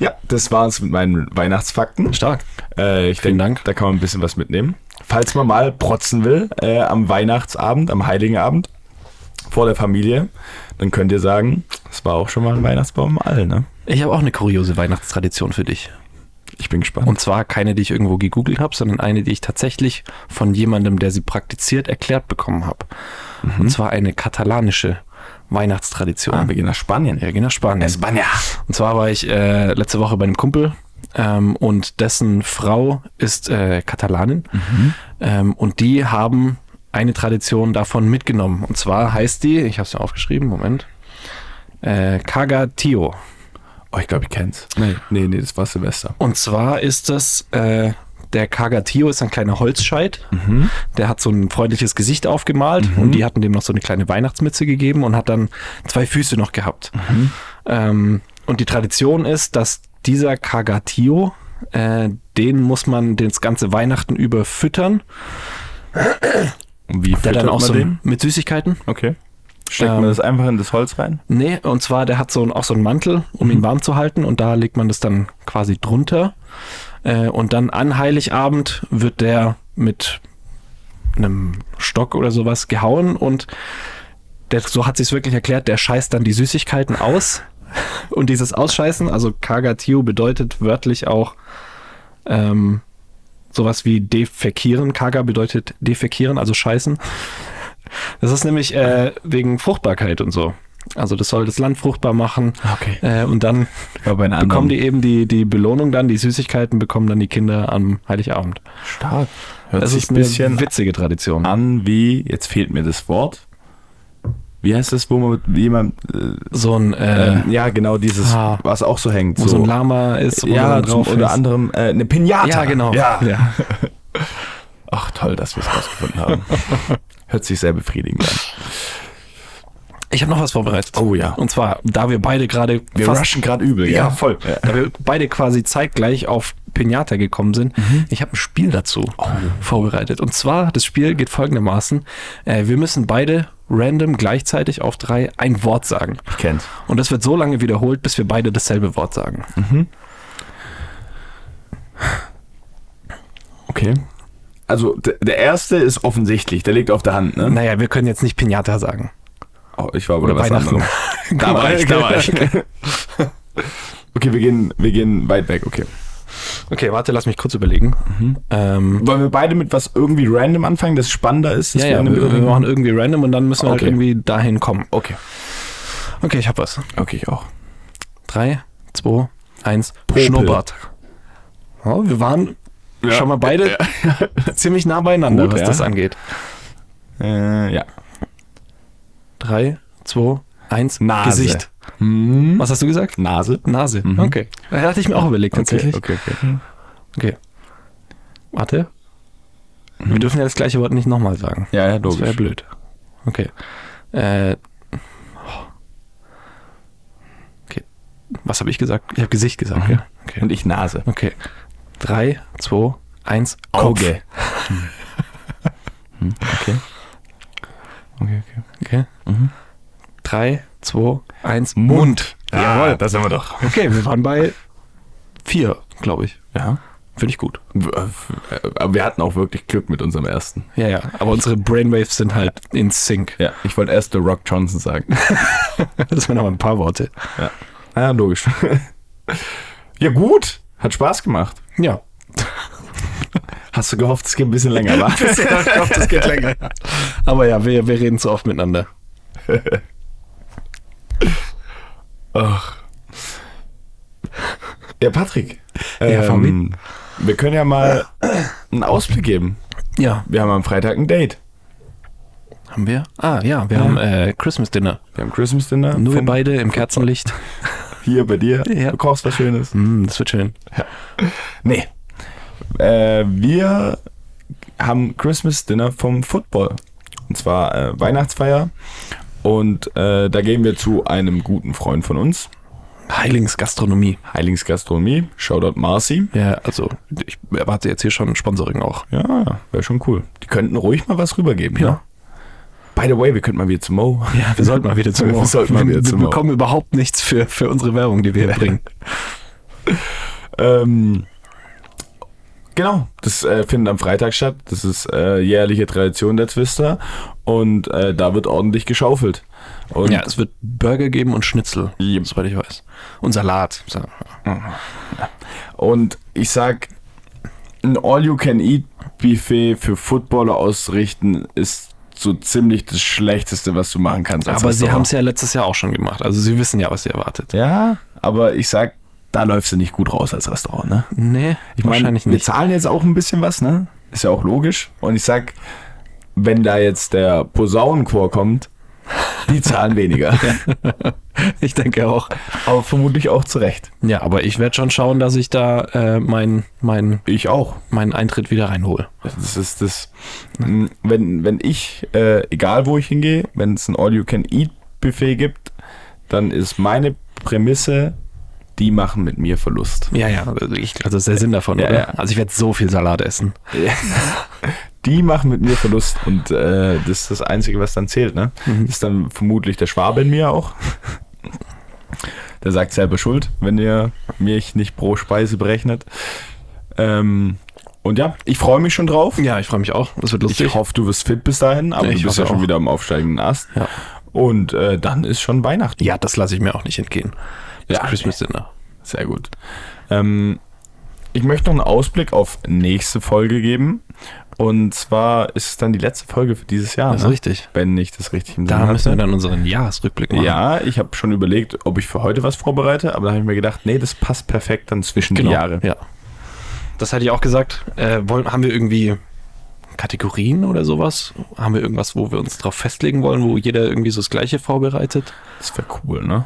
ja, das war's mit meinen Weihnachtsfakten. Stark. Äh, ich Vielen denke, Dank. da kann man ein bisschen was mitnehmen. Falls man mal protzen will, äh, am Weihnachtsabend, am Heiligen Abend, vor der Familie, dann könnt ihr sagen, es war auch schon mal ein Weihnachtsbaum im All, ne? Ich habe auch eine kuriose Weihnachtstradition für dich. Ich bin gespannt. Und zwar keine, die ich irgendwo gegoogelt habe, sondern eine, die ich tatsächlich von jemandem, der sie praktiziert, erklärt bekommen habe. Und zwar eine katalanische Weihnachtstradition. ah, wir gehen nach Spanien. Ja, geh nach Spanien. España. Und zwar war ich äh, letzte Woche bei einem Kumpel ähm, und dessen Frau ist äh, Katalanin. Ähm, und die haben eine Tradition davon mitgenommen. Und zwar heißt die, ich habe es mir aufgeschrieben, Moment, äh, Cagatio. Oh, ich glaube, ich kenn's. Nee. Nee, nee, das war Silvester. Und zwar ist das, äh, der Kagatio ist ein kleiner Holzscheit. Mhm. Der hat so ein freundliches Gesicht aufgemalt und die hatten dem noch so eine kleine Weihnachtsmütze gegeben und hat dann zwei Füße noch gehabt. Mhm. Ähm, und die Tradition ist, dass dieser Kagatio, äh, den muss man das ganze Weihnachten über füttern. Und wie Der füttert dann auch man so den? mit Süßigkeiten. Okay. Steckt Ähm, man das einfach in das Holz rein? Nee, und zwar, der hat so ein, auch so einen Mantel, um ihn warm zu halten und da legt man das dann quasi drunter. Äh, und dann an Heiligabend wird der mit einem Stock oder sowas gehauen und der, so hat sie es wirklich erklärt, der scheißt dann die Süßigkeiten aus. Und dieses Ausscheißen, also Kagatiu bedeutet wörtlich auch ähm, sowas wie defekieren. Kaga bedeutet defekieren, also scheißen. Das ist nämlich äh, wegen Fruchtbarkeit und so. Also das soll das Land fruchtbar machen. Okay. Äh, und dann Aber bei einer bekommen die eben die, die Belohnung dann, die Süßigkeiten bekommen dann die Kinder am Heiligabend. stark. Hört Das ist Ah. sich ein eine bisschen witzige Tradition. an wie, jetzt fehlt mir das Wort. Wie heißt das, wo man mit jemandem, So ein, äh, äh, ja genau, dieses, ah, was auch so hängt. wo so ein Lama ist, wo ja, dann zum, unter ist. anderem äh, eine Pinata. Ja, genau. Ja. Ja. Ach toll, dass wir es rausgefunden haben. Hört sich sehr befriedigend an. Ich habe noch was vorbereitet. Oh ja. Und zwar, da wir beide gerade Wir fast- rushen gerade übel, Ja, ja. voll. Ja. Da wir beide quasi zeitgleich auf Pinata gekommen sind. Mhm. Ich habe ein Spiel dazu Oh. vorbereitet. Und zwar, das Spiel geht folgendermaßen. Äh, wir müssen beide random gleichzeitig auf drei ein Wort sagen. Ich kenn's. Und das wird so lange wiederholt, bis wir beide dasselbe Wort sagen. Mhm. Okay. Also d- der erste ist offensichtlich, der liegt auf der Hand, ne? Naja, wir können jetzt nicht Pinata sagen. Oh, ich war aber Oder Weihnachten. anderem. Da war ich, da war ich. Okay, wir gehen, wir gehen weit weg, okay. Okay, warte, lass mich kurz überlegen. Mhm. Ähm, Wollen wir beide mit was irgendwie random anfangen, das spannender ist? dass ja, ja, wir wir, wir machen irgendwie random und dann müssen wir halt Okay. irgendwie dahin kommen. Okay. Okay, ich hab was. Okay, ich auch. Drei, zwei, eins. Popel. Schnurrbart. Ja, wir waren Ja. schon mal beide ziemlich nah beieinander, Gut, was ja. das angeht. Äh, ja. Drei, zwei, eins. Nase. Gesicht. Hm. Was hast du gesagt? Nase. Nase. Okay. Da hatte ich mir auch überlegt, tatsächlich. Okay, okay. okay. Warte. Wir dürfen ja das gleiche Wort nicht nochmal sagen. Ja, ja, Das wäre logisch. blöd. Okay. Äh. Okay. Was habe ich gesagt? Ich habe Gesicht gesagt, ja. Mhm. Okay. Und ich Nase. Okay. Drei, zwei, eins. Kopf. Auge. Okay. Okay, okay. Okay. Mhm. Drei, zwei, eins. Mund. Jawohl. da sind Ah, wir doch. Okay, wir waren bei vier, glaube ich. Ja. Finde ich gut. W- äh, Aber wir hatten auch wirklich Glück mit unserem ersten. Ja, ja. Aber unsere Brainwaves sind halt in Sync. Ja, ich wollte erst The Rock Johnson sagen. Das waren aber ein paar Worte. ja, logisch. ja, gut. Hat Spaß gemacht. Ja. Hast du gehofft, es geht ein bisschen länger, wa? ich glaube, das geht länger. Aber ja, wir, wir reden zu oft miteinander. Ach. Ja, Patrick. Ähm, Ja, Fabi? wir können ja mal einen Ausblick geben. Ja. Wir haben am Freitag ein Date. Haben wir? Ah, ja. Wir haben äh, Christmas Dinner. Wir haben Christmas Dinner. Nur wir Vom- beide im Kerzenlicht. hier bei dir. Ja. Du kochst was Schönes. Mm, das wird schön. Nee. Äh, wir haben Christmas Dinner vom Football. Und zwar äh, Weihnachtsfeier. Und äh, da gehen wir zu einem guten Freund von uns, Heilingsgastronomie. Heiligsgastronomie, Shoutout Marcy. Ja, also ich erwarte jetzt hier schon Sponsoring auch. Ja, wäre schon cool. Die könnten ruhig mal was rübergeben. Ne? Ja. By the way, wir könnten mal wieder zu Mo. Ja, wir sollten mal wieder zum Wir sollten mal wieder wir, zum wir bekommen überhaupt nichts für, für unsere Werbung, die wir hier bringen. Ähm, genau, das äh, findet am Freitag statt. Das ist äh, jährliche Tradition der Twister. Und äh, da wird ordentlich geschaufelt. Und ja, es wird Burger geben und Schnitzel, Yep. soweit ich weiß. Und Salat. So. Und ich sag, ein All-You-Can-Eat-Buffet für Footballer ausrichten ist so ziemlich das Schlechteste, was du machen kannst. als Aber sie haben es Restaurant. ja letztes Jahr auch schon gemacht. Also sie wissen ja, was sie erwartet. Ja, aber ich sag, da läufst du nicht gut raus als Restaurant, ne? Nee, Ich meine, wir zahlen jetzt auch ein bisschen was, ne? Ist ja auch logisch. Und ich sag, wenn da jetzt der Posaunenchor kommt, die zahlen weniger. Ich denke auch. Aber vermutlich auch zu Recht. Ja, aber ich werde schon schauen, dass ich da äh, meinen mein, oh, Ich auch. meinen Eintritt wieder reinhole. Das ist das. mh, Wenn, wenn ich, äh, egal wo ich hingehe, wenn es ein All-You-Can-Eat-Buffet gibt, dann ist meine Prämisse, die machen mit mir Verlust. Ja, ja, also ich, also das ist der Sinn davon, Ja, oder? ja. Also ich werde so viel Salat essen. Die machen mit mir Verlust und äh, das ist das Einzige, was dann zählt, ne? Mhm. Das ist dann vermutlich der Schwabe in mir auch. Der sagt selber Schuld, wenn ihr mich nicht pro Speise berechnet. Ähm, und ja, ich freue mich schon drauf. Ja, ich freue mich auch. Das wird Ich hoffe, du wirst fit bis dahin, aber Ich du bist hoffe ja schon auch. wieder am aufsteigenden Ast. Ja. Und äh, dann ist schon Weihnachten. ja, das lasse ich mir auch nicht entgehen. Das Ja. Christmas Dinner. Sehr gut. Ähm, ich möchte noch einen Ausblick auf nächste Folge geben. Und zwar ist es dann die letzte Folge für dieses Jahr, Das ist ne? richtig. wenn ich das richtig im Da Sinn müssen wir hatte. dann unseren Jahresrückblick machen. Ja, ich habe schon überlegt, ob ich für heute was vorbereite, aber da habe ich mir gedacht, nee, das passt perfekt dann zwischen genau. die Jahre. Ja. Das hatte ich auch gesagt. Äh, wollen, haben wir irgendwie Kategorien oder sowas? Haben wir irgendwas, wo wir uns drauf festlegen wollen, wo jeder irgendwie so das Gleiche vorbereitet? Das wäre cool, ne?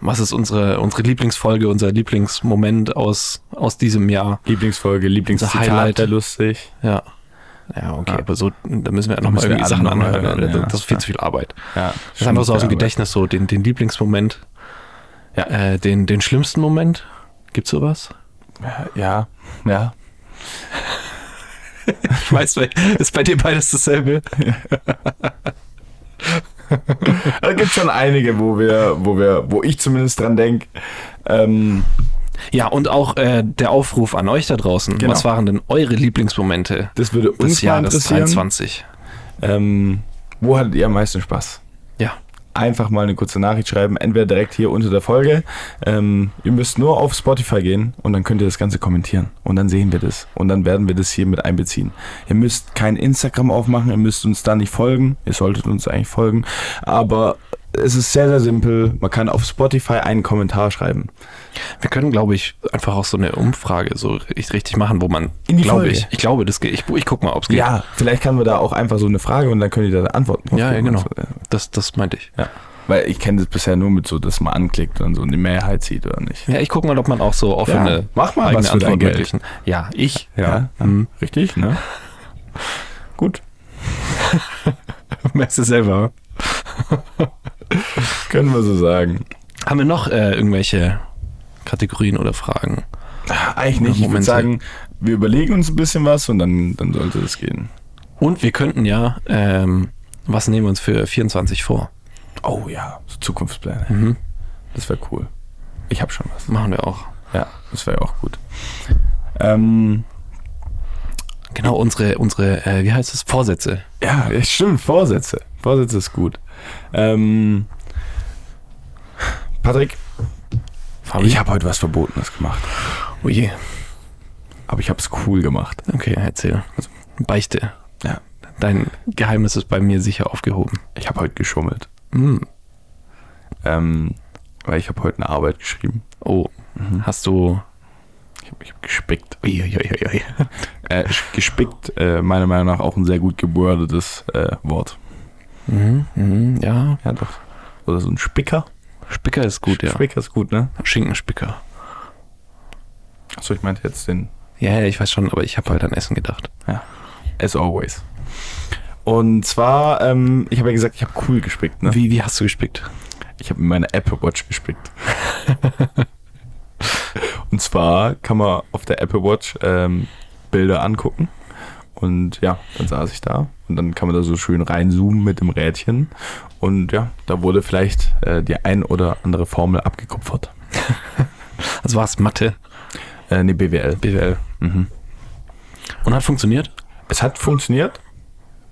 Was ist unsere, unsere Lieblingsfolge, unser Lieblingsmoment aus, aus diesem Jahr? Lieblingsfolge, Highlight. Lieblingszitat, wäre lustig. Ja. Ja, okay, Ja. aber so, da müssen wir ja nochmal müssen wir irgendwie alle Sachen noch mal anhören. ne? hören, Das- ja. das ist viel zu viel Arbeit. Ja, Das ist einfach so aus dem Gedächtnis so, den, den Lieblingsmoment. Ja. Äh, den, den schlimmsten Moment. Gibt's sowas? Ja, ja. Ich weiß, ist bei dir beides dasselbe. Es gibt schon einige, wo wir, wo wir, wo ich zumindest dran denke. Ähm, Ja, und auch äh, der Aufruf an euch da draußen. Genau. Was waren denn eure Lieblingsmomente das würde des uns mal Jahres interessieren. 23? Ähm, wo hattet ihr am meisten Spaß? Ja. Einfach mal eine kurze Nachricht schreiben, entweder direkt hier unter der Folge. Ähm, ihr müsst nur auf Spotify gehen und dann könnt ihr das Ganze kommentieren. Und dann sehen wir das. Und dann werden wir das hier mit einbeziehen. Ihr müsst kein Instagram aufmachen, ihr müsst uns da nicht folgen. Ihr solltet uns eigentlich folgen. Aber es ist sehr, sehr simpel. Man kann auf Spotify einen Kommentar schreiben. Wir können, glaube ich, einfach auch so eine Umfrage so ri- richtig machen, wo man, In die glaube Folge. ich, ich glaube, das geht. Ich, ich guck mal, ob es geht. Ja, vielleicht kann man da auch einfach so eine Frage und dann könnt ihr da Antworten drauf Ja, ja, geben. genau. Also, äh, Das, das meinte ich. Weil ich kenne das bisher nur mit so, dass man anklickt und so eine Mehrheit sieht oder nicht. Ja, ich guck mal, ob man auch so offene Ja, mach mal was für dein Geld. möglichen. Ja, ich. Ja, Mhm. richtig, ne? Gut. Merkst du selber. Können wir so sagen. Haben wir noch äh, irgendwelche Kategorien oder Fragen? Eigentlich nicht. Ich würde Moment. sagen, wir überlegen uns ein bisschen was und dann, dann sollte es gehen. Und wir könnten ja, ähm, was nehmen wir uns für 24 vor? Oh ja, so Zukunftspläne. Mhm. Das wäre cool. Ich habe schon was. Machen wir auch. Ja, das wäre auch gut. Ähm, Genau, unsere, unsere äh, wie heißt es? Vorsätze. ja, ja, stimmt. Vorsätze. Vorsätze ist gut. Ähm, Patrick, Fabi? ich habe heute was Verbotenes gemacht. Oh je. Aber ich habe es cool gemacht. Okay, erzähl. Also, Beichte. Ja. Dein Geheimnis ist bei mir sicher aufgehoben. Ich habe heute geschummelt. Hm. Ähm, weil ich habe heute eine Arbeit geschrieben. Oh, hast du. Ich habe hab gespickt. Uiuiuiui. Äh, sch- gespickt, äh, meiner Meinung nach auch ein sehr gut gewordetes äh, Wort. Mhm, mhm, ja, Ja, doch. Oder so ein Spicker. Spicker ist gut, ja. Spicker ist gut, ne? Schinkenspicker. Achso, ich meinte jetzt den Ja, ja, ich weiß schon, aber ich habe halt an Essen gedacht. As Always. Und zwar, ähm, ich habe ja gesagt, ich habe cool gespickt, ne? Wie, wie hast du gespickt? Ich habe mit meiner Apple Watch gespickt. und zwar kann man auf der Apple Watch ähm, Bilder angucken. Und ja, dann saß ich da und dann kann man da so schön reinzoomen mit dem Rädchen. Und ja, da wurde vielleicht äh, die ein oder andere Formel abgekupfert. Also war es Mathe, Äh, ne, BWL. BWL. Mhm. Und hat funktioniert? Es hat funktioniert.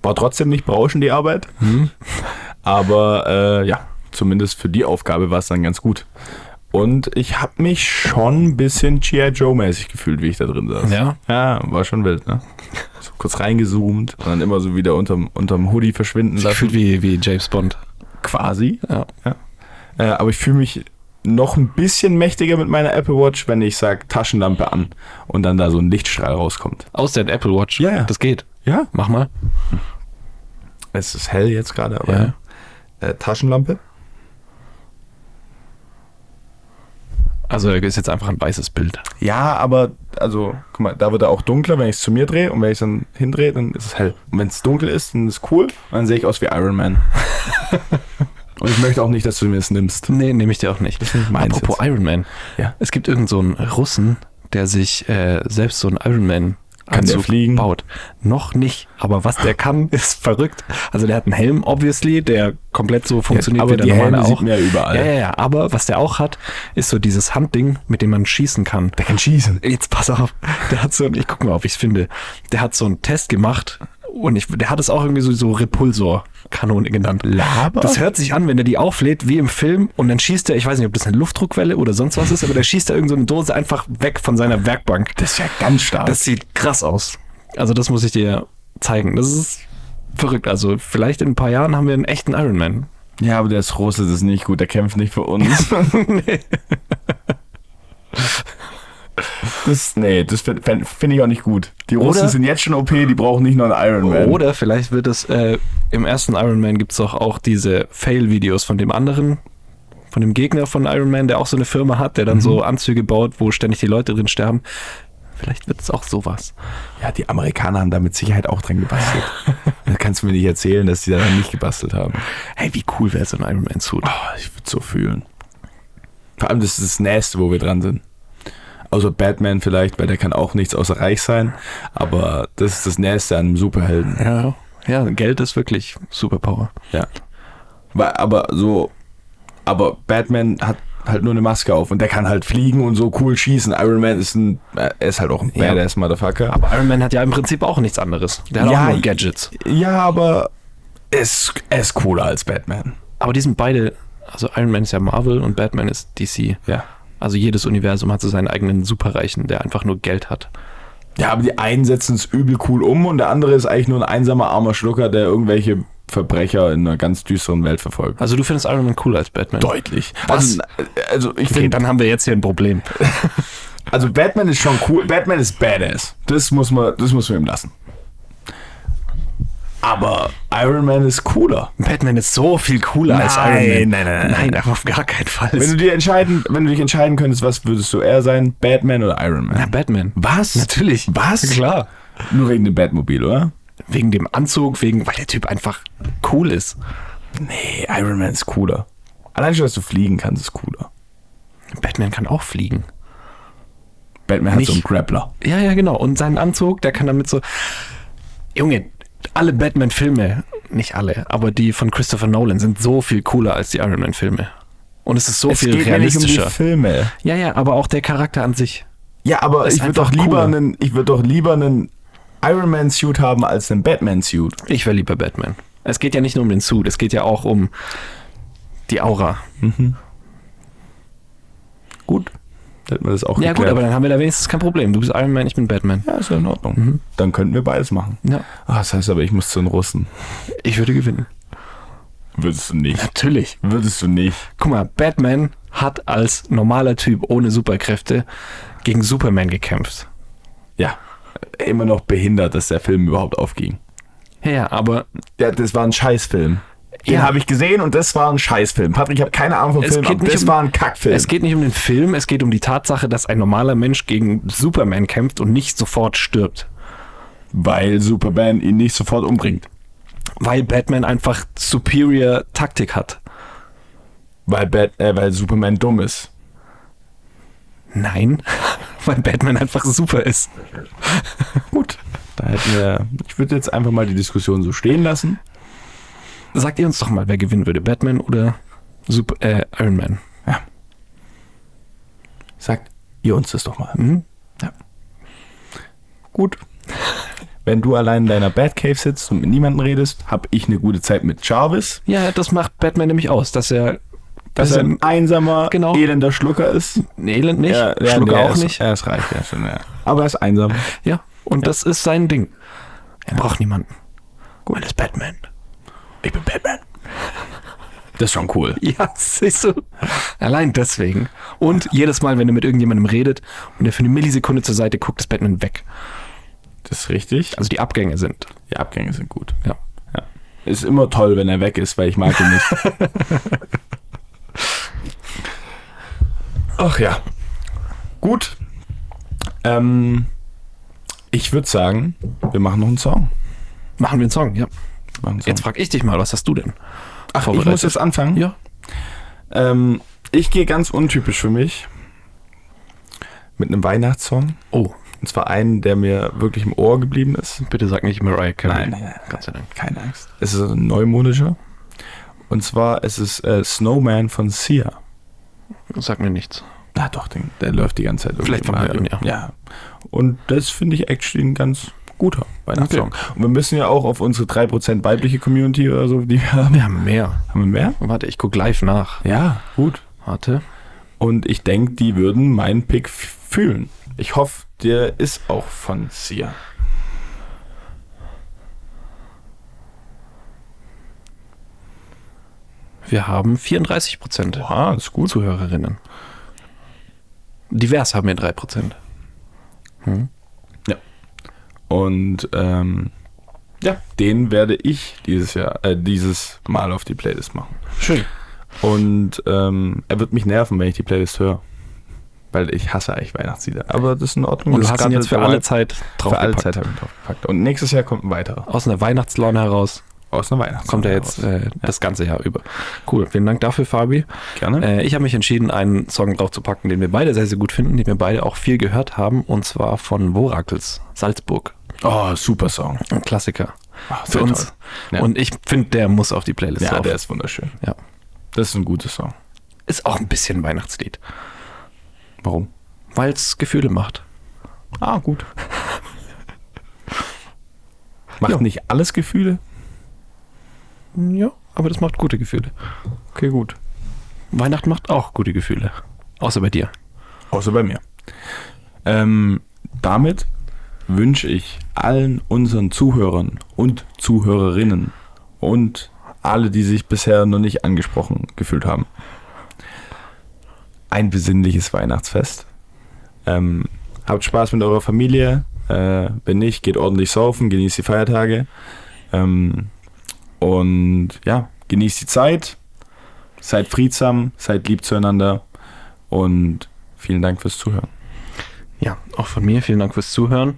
War trotzdem nicht berauschend, die Arbeit. Mhm. Aber äh, ja, zumindest für die Aufgabe war es dann ganz gut. Und ich habe mich schon ein bisschen G.I. Joe-mäßig gefühlt, wie ich da drin saß. Ja. Ja, war schon wild, ne? So kurz reingezoomt und dann immer so wieder unterm, unterm Hoodie verschwinden Sich lassen. gefühlt wie, wie James Bond. Quasi. Ja. Äh, aber ich fühle mich noch ein bisschen mächtiger mit meiner Apple Watch, wenn ich sage Taschenlampe an und dann da so ein Lichtstrahl rauskommt. Aus der Apple Watch. Ja, ja. Das geht. Ja. Mach mal. Es ist hell jetzt gerade, aber äh, Taschenlampe. Also da ist jetzt einfach ein weißes Bild. Ja, aber, also, guck mal, da wird er auch dunkler, wenn ich es zu mir drehe. Und wenn ich es dann hindrehe, dann ist es hell. Und wenn es dunkel ist, dann ist es cool. Und dann sehe ich aus wie Iron Man. und ich möchte auch nicht, dass du mir es nimmst. Nee, nehme ich dir auch nicht. ist nicht meins Apropos Iron Man. Ja. Es gibt irgendeinen so einen Russen, der sich äh, selbst so einen Iron Man Kann der fliegen? baut. Noch nicht, aber was der kann, ist verrückt. Also der hat einen Helm, obviously, der komplett so funktioniert aber wie der die Helme normale sieht auch. man ja überall. Ja, ja, ja, aber was der auch hat, ist so dieses Handding, mit dem man schießen kann. Der kann schießen. Jetzt pass auf, der hat so ein, ich guck mal, ob ich es finde. Der hat so einen Test gemacht und ich, der hat es auch irgendwie so, so Repulsor-Kanone genannt. Laber? Das hört sich an, wenn er die auflädt, wie im Film, und dann schießt er, ich weiß nicht, ob das eine Luftdruckwelle oder sonst was ist, aber der schießt da irgendeine so eine Dose einfach weg von seiner Werkbank. Das ist ja ganz stark. Das sieht krass aus. Also, das muss ich dir zeigen. Das ist verrückt. Also vielleicht in ein paar Jahren haben wir einen echten Ironman. Ja, aber der ist Russe, das ist nicht gut. Der kämpft nicht für uns. Das, nee, das finde find ich auch nicht gut. Die Russen Oder- sind jetzt schon OP, die brauchen nicht nur einen Iron Man. Oder vielleicht wird es, äh, im ersten Ironman gibt es doch auch diese Fail-Videos von dem anderen, von dem Gegner von Ironman, der auch so eine Firma hat, der dann so Anzüge baut, wo ständig die Leute drin sterben. Vielleicht wird es auch sowas. Ja, die Amerikaner haben da mit Sicherheit auch dran gebastelt. da kannst du mir nicht erzählen, dass die da nicht gebastelt haben. Hey, wie cool wäre so ein Ironman-Suit? Oh, ich würde so fühlen. Vor allem, das ist das Nächste, wo wir dran sind. Außer Batman vielleicht, weil der kann auch nichts außer reich sein. Aber das ist das Nächste an einem Superhelden. Ja, ja, Geld ist wirklich Superpower. Weil, aber so, aber Batman hat halt nur eine Maske auf und der kann halt fliegen und so cool schießen. Iron Man ist ein, er ist halt auch ein Ja. badass Motherfucker. Aber Iron Man hat ja im Prinzip auch nichts anderes. Der hat Ja, auch nur ich- Gadgets. Ja, aber er ist, er ist cooler als Batman. Aber die sind beide, also Iron Man ist ja Marvel und Batman ist DC. Ja. Also jedes Universum hat so seinen eigenen Superreichen, der einfach nur Geld hat. Ja, aber die einen setzen es übel cool um und der andere ist eigentlich nur ein einsamer armer Schlucker, der irgendwelche Verbrecher in einer ganz düsteren Welt verfolgt. Also du findest Iron Man cooler als Batman? Deutlich. Was? Also, also ich Okay, finde, dann haben wir jetzt hier ein Problem. also Batman ist schon cool. Batman ist badass. Das muss man, das muss man ihm lassen. Aber Iron Man ist cooler. Batman ist so viel cooler als Iron Man. Nein, nein, nein, nein, auf gar keinen Fall. Wenn du dir entscheiden, wenn du dich entscheiden könntest, was würdest du eher sein? Batman oder Iron Man? Na, Batman. was? Natürlich. Was? Klar. Nur wegen dem Batmobil, oder? Wegen dem Anzug, wegen, weil der Typ einfach cool ist. Nee, Iron Man ist cooler. Allein schon, dass du fliegen kannst, ist cooler. Batman kann auch fliegen. Batman hat Nicht- so einen Grappler. Ja, ja, genau. Und seinen Anzug, der kann damit so. Junge, alle Batman-Filme, nicht alle, aber die von Christopher Nolan sind so viel cooler als die Iron Man-Filme. Und es ist so viel mir nicht um die realistischer. Filme. ja, ja, aber auch der Charakter an sich. Ja, aber Ist ich würde doch einfach lieber cooler. einen, ich würde doch lieber einen Iron Man Suit haben als einen Batman Suit. Ich wäre lieber Batman. Es geht ja nicht nur um den Suit, es geht ja auch um die Aura. Gut. Dann hätten wir das auch Ja, gut, geklärt. aber dann haben wir da wenigstens kein Problem. Du bist Iron Man, ich bin Batman. ja, ist ja in Ordnung. Dann könnten wir beides machen. Ja. Ah, das heißt aber, ich muss zu den Russen. Ich würde gewinnen. Würdest du nicht. Natürlich. Würdest du nicht. Guck mal, Batman hat als normaler Typ ohne Superkräfte gegen Superman gekämpft. Ja. Immer noch behindert, dass der Film überhaupt aufging. Ja, Ja, aber Ja, das war ein Scheißfilm. Den Ja. habe ich gesehen und das war ein Scheißfilm. Patrick, ich habe keine Ahnung vom Es Film, geht aber nicht das um- war ein Kackfilm. es geht nicht um den Film, es geht um die Tatsache, dass ein normaler Mensch gegen Superman kämpft und nicht sofort stirbt. weil Superman ihn nicht sofort umbringt. Weil Batman einfach superior Taktik hat. Weil, Bat äh, weil Superman dumm ist. Nein, weil Batman einfach super ist. Gut. Da hätten wir, ich würde jetzt einfach mal die Diskussion so stehen lassen. Sagt ihr uns doch mal, wer gewinnen würde, Batman oder Super, äh, Iron Man? Sagt ihr uns das doch mal. Hm? Gut. Wenn du allein in deiner Batcave sitzt und mit niemandem redest, habe ich eine gute Zeit mit Jarvis. Ja, das macht Batman nämlich aus, dass er, Dass dass er ein einsamer, Genau. elender Schlucker ist. ein Elend nicht, Ja, ja, Schlucker nee, er auch ist, nicht. Er ist reich, ja, schon, ja. Aber er ist einsam. Ja, und das ist sein Ding. Er braucht niemanden. Gut. Weil er ist Batman. Ich bin Batman. Das ist schon cool. Ja, siehst du. Allein deswegen. Und jedes Mal, wenn du mit irgendjemandem redet und er für eine Millisekunde zur Seite guckt, ist Batman weg. Das ist richtig. Also die Abgänge sind. Die Abgänge sind gut. Ja. ja. Ist immer toll, wenn er weg ist, weil ich mag ihn nicht. Ach ja. Gut. Ähm, ich würde sagen, wir machen noch einen Song. Machen wir einen Song, ja. Machen einen Song. Jetzt frag ich dich mal, was hast du denn? Ach, ich vorbereitet. muss jetzt anfangen? Ja. Ähm, ich gehe ganz untypisch für mich mit einem Weihnachtssong. Oh, Und zwar einen, der mir wirklich im Ohr geblieben ist. bitte sag nicht Mariah Carey. Nein, nein, nein. Gott sei Dank. Keine Angst. Es ist ein neumodischer. Und zwar ist es äh, Snowman von Sia. Sag mir nichts. Na doch, den, der läuft die ganze Zeit irgendwie Vielleicht im machen wir Radio. ihn, ja. Und das finde ich actually ein ganz guter Weihnachtssong. Und wir müssen ja auch auf unsere 3% weibliche Community oder so, die wir haben. Wir haben mehr. Haben wir mehr? Warte, ich guck live nach. Ja, gut. Warte. Und ich denke, die würden meinen Pick f- fühlen. Ich hoffe, der ist auch von Sia. Wir haben 34 Prozent Wow, ist gut. Zuhörerinnen. Divers haben wir 3 Prozent. Und ähm, ja, den werde ich dieses Jahr, äh, dieses Mal auf die Playlist machen. Schön. Und ähm, er wird mich nerven, wenn ich die Playlist höre. Weil ich hasse eigentlich Weihnachtslieder. Aber das ist in Ordnung. Und du Das hast ist ihn gerade jetzt für der alle Vibe. Zeit Für alle draufgepackt. Zeit habe ich ihn draufgepackt. Und nächstes Jahr kommt ein weiterer. Aus einer Weihnachtslaune heraus Aus einer Weihnachts. kommt er jetzt äh, das ganze Jahr über. Cool, vielen Dank dafür, Fabi. Gerne. Äh, ich habe mich entschieden, einen Song draufzupacken, den wir beide sehr, sehr gut finden, den wir beide auch viel gehört haben, und zwar von Vorakels, Salzburg. oh, super Song. Ein Klassiker Ach, für sehr uns. toll. Ja. Und ich finde, der muss auf die Playlist Ja, drauf. der ist wunderschön. Ja. Das ist ein gutes Song. Ist auch ein bisschen Weihnachtslied, Warum? weil es Gefühle macht. Ah, gut. Macht Ja. nicht alles Gefühle? Ja, aber das macht gute Gefühle. Okay, gut. Weihnachten macht auch gute Gefühle. Außer bei dir. Außer bei mir. Ähm, damit wünsche ich allen unseren Zuhörern und Zuhörerinnen und alle, die sich bisher noch nicht angesprochen gefühlt haben, ein besinnliches Weihnachtsfest. Ähm, habt Spaß mit eurer Familie. Äh, wenn nicht, geht ordentlich saufen, genießt die Feiertage. Ähm, und ja, genießt die Zeit. Seid friedsam, seid lieb zueinander und Vielen Dank fürs Zuhören. Ja, auch von mir. Vielen Dank fürs Zuhören.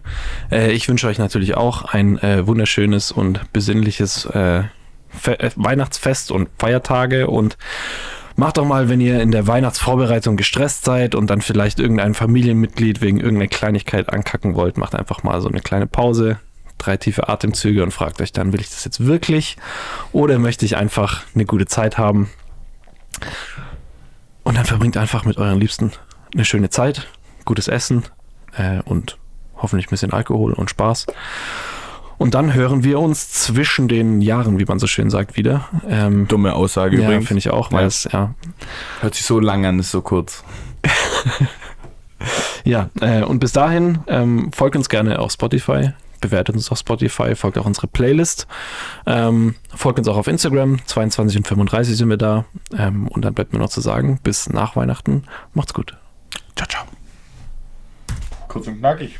Äh, ich wünsche euch natürlich auch ein äh, wunderschönes und besinnliches äh, Fe äh, Weihnachtsfest und Feiertage und macht doch mal, wenn ihr in der Weihnachtsvorbereitung gestresst seid und dann vielleicht irgendein Familienmitglied wegen irgendeiner Kleinigkeit ankacken wollt, macht einfach mal so eine kleine Pause, drei tiefe Atemzüge und fragt euch dann, will ich das jetzt wirklich oder möchte ich einfach eine gute Zeit haben? Und dann verbringt einfach mit euren Liebsten eine schöne Zeit, gutes Essen äh, und hoffentlich ein bisschen Alkohol und Spaß. Und dann hören wir uns zwischen den Jahren, wie man so schön sagt, wieder. Ähm, Dumme Aussage ja, übrigens. finde ich auch, weil Ja. es, ja, Hört sich so lang an, ist so kurz. Ja, äh, und bis dahin ähm, folgt uns gerne auf Spotify, bewertet uns auf Spotify, folgt auch unsere Playlist, ähm, folgt uns auch auf Instagram, 22 und 35 sind wir da. Ähm, und dann bleibt mir noch zu sagen, bis nach Weihnachten. Macht's gut. Kurz und knackig.